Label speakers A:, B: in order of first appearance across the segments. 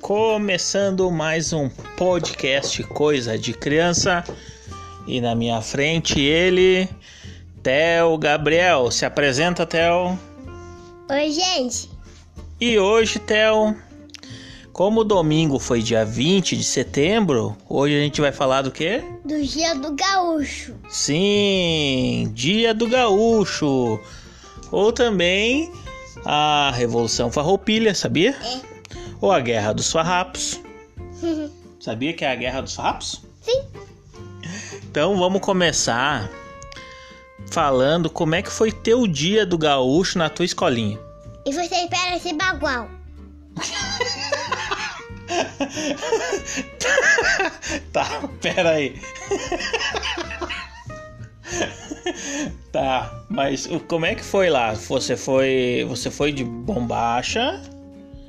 A: Começando mais um podcast Coisa de Criança. E na minha frente ele, Theo Gabriel. Se apresenta, Theo.
B: Oi, gente.
A: E hoje, Theo, como domingo foi dia 20 de setembro, hoje a gente vai falar do quê?
B: Do dia do gaúcho.
A: Sim, Dia do Gaúcho. Ou também a Revolução Farroupilha, sabia?
B: É.
A: Ou a Guerra dos Farrapos. Sabia que é a Guerra dos Farrapos?
B: Sim.
A: Então vamos começar falando como é que foi teu dia do gaúcho na tua escolinha.
B: E você espera esse bagual.
A: Tá, pera aí. tá, mas o- como é que foi lá? Você foi, você foi de bombacha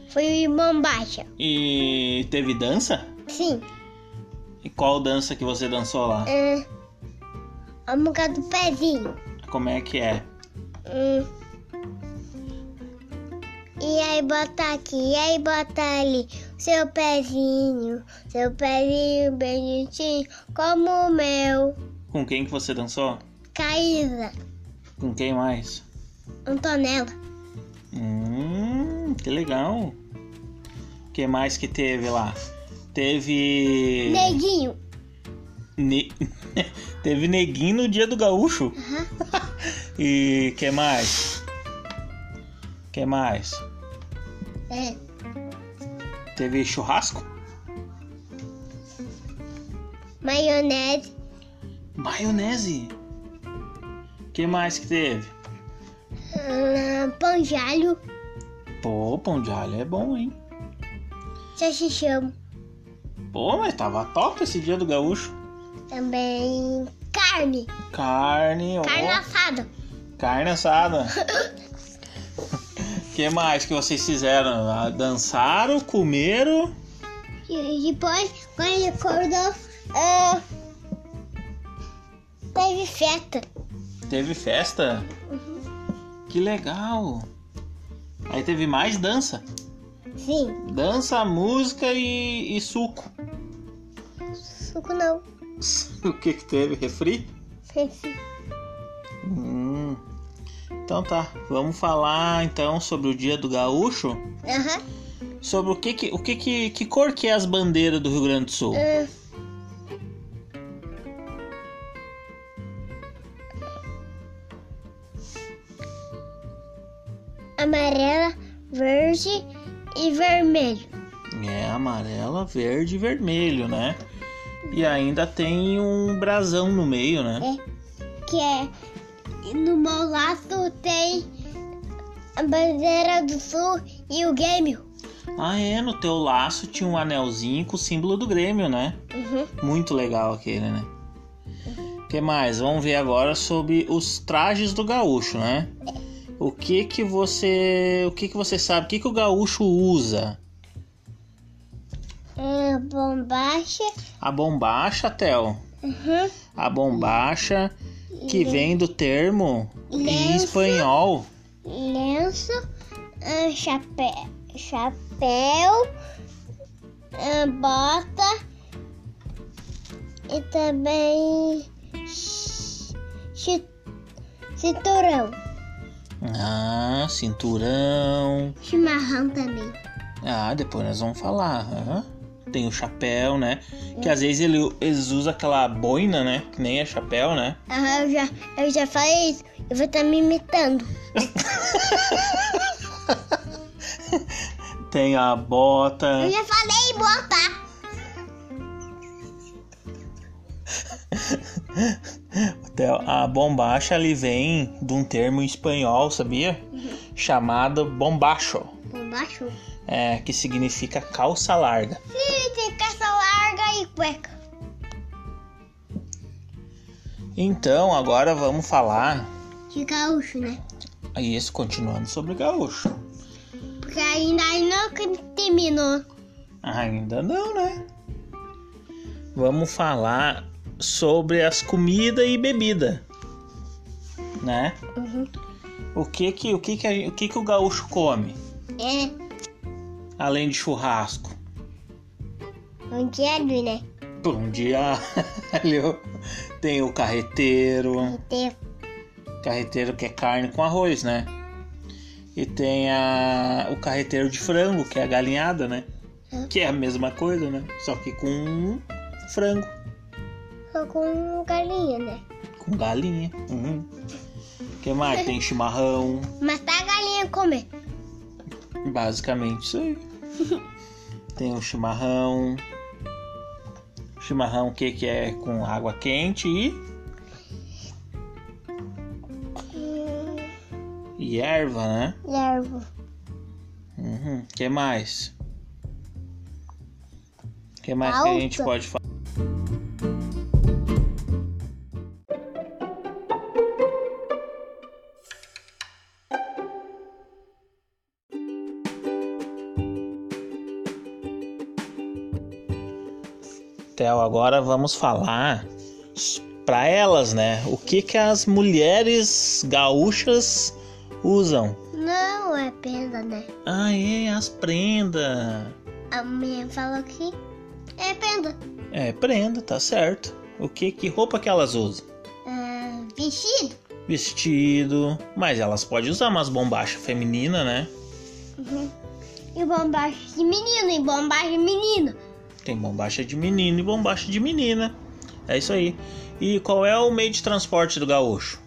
B: Foi bombacha.
A: e teve dança?
B: Sim.
A: E qual dança que você dançou lá?
B: Hum, a música do pezinho.
A: Como é que é?
B: Hum. E aí bota aqui, e aí bota ali. Seu pezinho, seu pezinho bem bonitinho, como o meu.
A: Com quem que você dançou?
B: Caísa,
A: Com quem mais?
B: Antonella.
A: Hum, que legal. O que mais que teve lá? Teve.
B: Neguinho.
A: Ne- teve neguinho no dia do gaúcho. E que mais? Que mais?
B: É.
A: Teve churrasco?
B: Maionese.
A: Maionese. Que mais que teve?
B: Ah, pão de alho,
A: Pô, pão de alho é bom, hein?
B: salsichão,
A: Pô, mas tava top esse dia do gaúcho.
B: também carne,
A: Carne, ó.
B: carne assada,
A: Carne assada. que mais que vocês fizeram? Ah, Dançaram, comeram.
B: e depois, quando ele acordou, ah, teve festa.
A: Teve festa? Que legal! Aí teve mais dança.
B: Sim,
A: Dança, música e, e suco.
B: suco não.
A: o que que teve? Refri?
B: Sim.
A: Hum. Então tá, vamos falar então sobre o dia do gaúcho.
B: Aham.
A: Sobre o que que, o que, que, que cor que é as bandeiras do Rio Grande do Sul?
B: Ah, Ah. Amarela, verde e vermelho.
A: É amarela, verde e vermelho, né? E ainda tem um brasão no meio, né?
B: que é no meu laço tem a bandeira do sul e o Grêmio.
A: Ah, é, no teu laço tinha um anelzinho com o símbolo do Grêmio, né?
B: Uhum.
A: Muito legal aquele, né? O que mais? Vamos ver agora sobre os trajes do gaúcho, né? O que que você, o que que você sabe? O que que o gaúcho usa?
B: É, bombacha.
A: A bombacha, Tel.
B: Uhum.
A: A bombacha que vem do termo em
B: Lenço.
A: espanhol,
B: Lenço, é, chapéu, chapéu é, bota e também chi- chi- cinturão.
A: ah, cinturão.
B: Chimarrão também.
A: Ah, depois nós vamos falar. aham. Tem o chapéu, né? Que às vezes ele, eles usam aquela boina, né? Que nem é chapéu, né?
B: Ah, eu, já, eu já falei isso. Eu vou estar me imitando.
A: Tem a bota.
B: Eu já falei botar.
A: Até Então, A bombacha ele vem de um termo em espanhol, sabia? Chamado bombacho.
B: Bombacho.
A: É, que significa calça larga.
B: Sim, tem calça larga e cueca.
A: Então agora vamos falar.
B: De gaúcho, né?
A: E isso continuando sobre o gaúcho.
B: Porque ainda não terminou.
A: Ainda não, né? Vamos falar sobre as comidas e bebida, né?
B: Uhum.
A: O que que o que que, a- o que que o gaúcho come
B: É,
A: além de churrasco?
B: Um dia ali, né?
A: Bom dia. Tem o carreteiro.
B: E tem
A: Carreteiro que é carne com arroz, né? E tem a, o carreteiro de frango, que é a galinhada, né? Que é a mesma coisa, né? Só que com frango,
B: só com galinha, né?
A: com galinha. Uhum. que mais? Tem chimarrão,
B: Matar tá a galinha e comer.
A: basicamente isso aí. Tem o chimarrão. Chimarrão que que é com água quente e,
B: Hum,
A: e erva, né?
B: Lervo.
A: Uhum. Que mais? Que mais que a gente
B: Pauta.
A: pode falar? Theo, agora vamos falar para elas, né? O que que as mulheres gaúchas usam?
B: Não é pena, né?
A: Ah, é as prendas.
B: A minha falou que é penda.
A: É, prenda, tá certo. O que que roupa que elas usam?
B: Ah, vestido?
A: Vestido, mas elas podem usar umas bombachas feminina, né?
B: Uhum. E bombacha de menino, e bombacha de menino.
A: Tem bombacha de menino e bombacha de menina. É isso aí. E qual é o meio de transporte do gaúcho?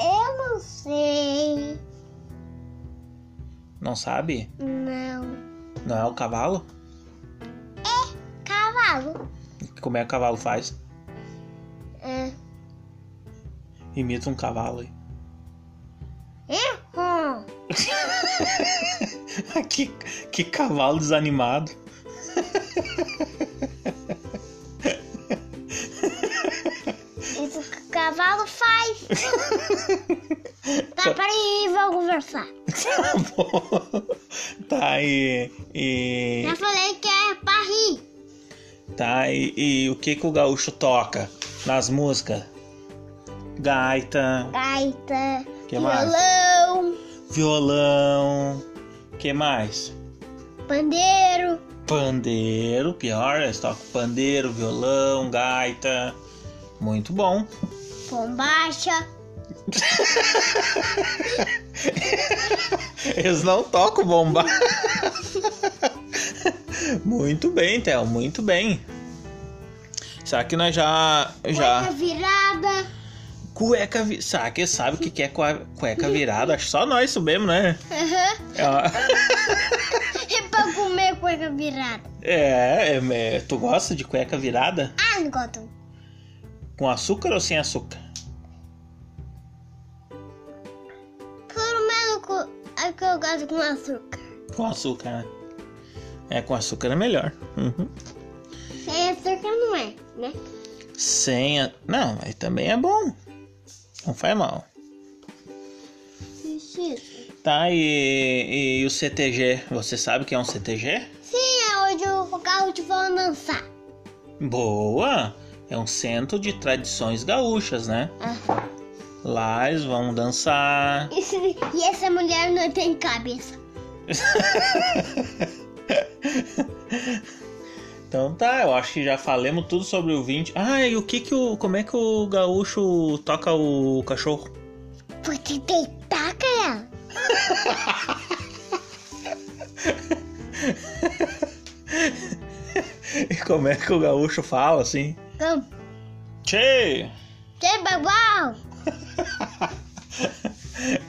B: Eu não sei.
A: Não sabe?
B: Não.
A: Não é o cavalo?
B: Cavalo.
A: Como é que o cavalo faz?
B: É.
A: Imita um cavalo aí.
B: Erro.
A: que, que cavalo desanimado.
B: Isso que o cavalo faz. tá, peraí, vamos conversar.
A: Tá bom. Tá, e. e
B: Já falei que é pra rir.
A: tá, e, e o que, que o gaúcho toca nas músicas? Gaita,
B: Gaita,
A: Que mais?
B: violão,
A: violão, que mais?
B: pandeiro,
A: Pandeiro, pior, eles tocam pandeiro, violão, gaita. Muito bom.
B: bombacha.
A: Eles não tocam bomba. muito bem, Theo, muito bem. Será que nós já.
B: cueca
A: já...
B: virada.
A: Cueca virada. Será que sabe o que que é cua- cueca virada? Acho que só nós sabemos, né?
B: Aham.
A: É, uma-
B: E pra comer cueca virada.
A: é, é, é, tu gosta de cueca virada?
B: Ah, não gosto.
A: Com açúcar ou sem açúcar?
B: Pelo menos com- a que eu gosto com açúcar.
A: Com açúcar, né? É, com açúcar é melhor. Uhum.
B: Sem açúcar não é, né?
A: Sem. A... Não, mas também é bom. Não faz mal.
B: Isso.
A: Tá, e, e o CTG? Você sabe o que é um CTG?
B: Sim, é hoje o carro te vão dançar.
A: Boa! É um centro de tradições gaúchas, né?
B: Ah.
A: Lá eles vão dançar.
B: Isso- e essa mulher não tem cabeça.
A: Então tá, eu acho que já falamos tudo sobre o 20. Ah, e o que que o. Como é que o gaúcho toca o cachorro?
B: Você tem que taca ela.
A: E como é que o gaúcho fala assim?
B: Então,
A: Tchê!
B: tem bagual.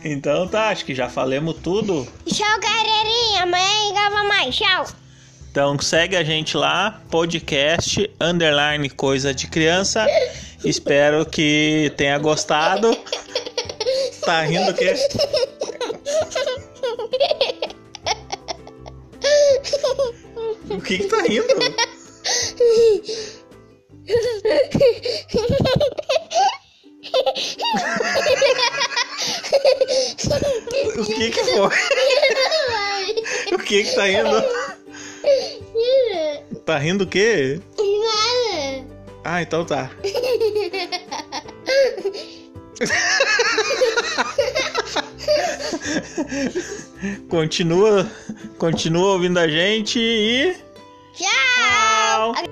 A: Então tá, acho que já falamos tudo.
B: Tchau, galerinha. Amanhã grava mais. Tchau.
A: Então segue a gente lá, podcast underline coisa de criança. Espero que tenha gostado. Tá rindo o quê? O que que tá rindo? O que que foi? O que que tá rindo? Tá rindo o quê? Ah, então tá. continua, continua ouvindo a gente e
B: Tchau.
C: Tchau.
A: Agora-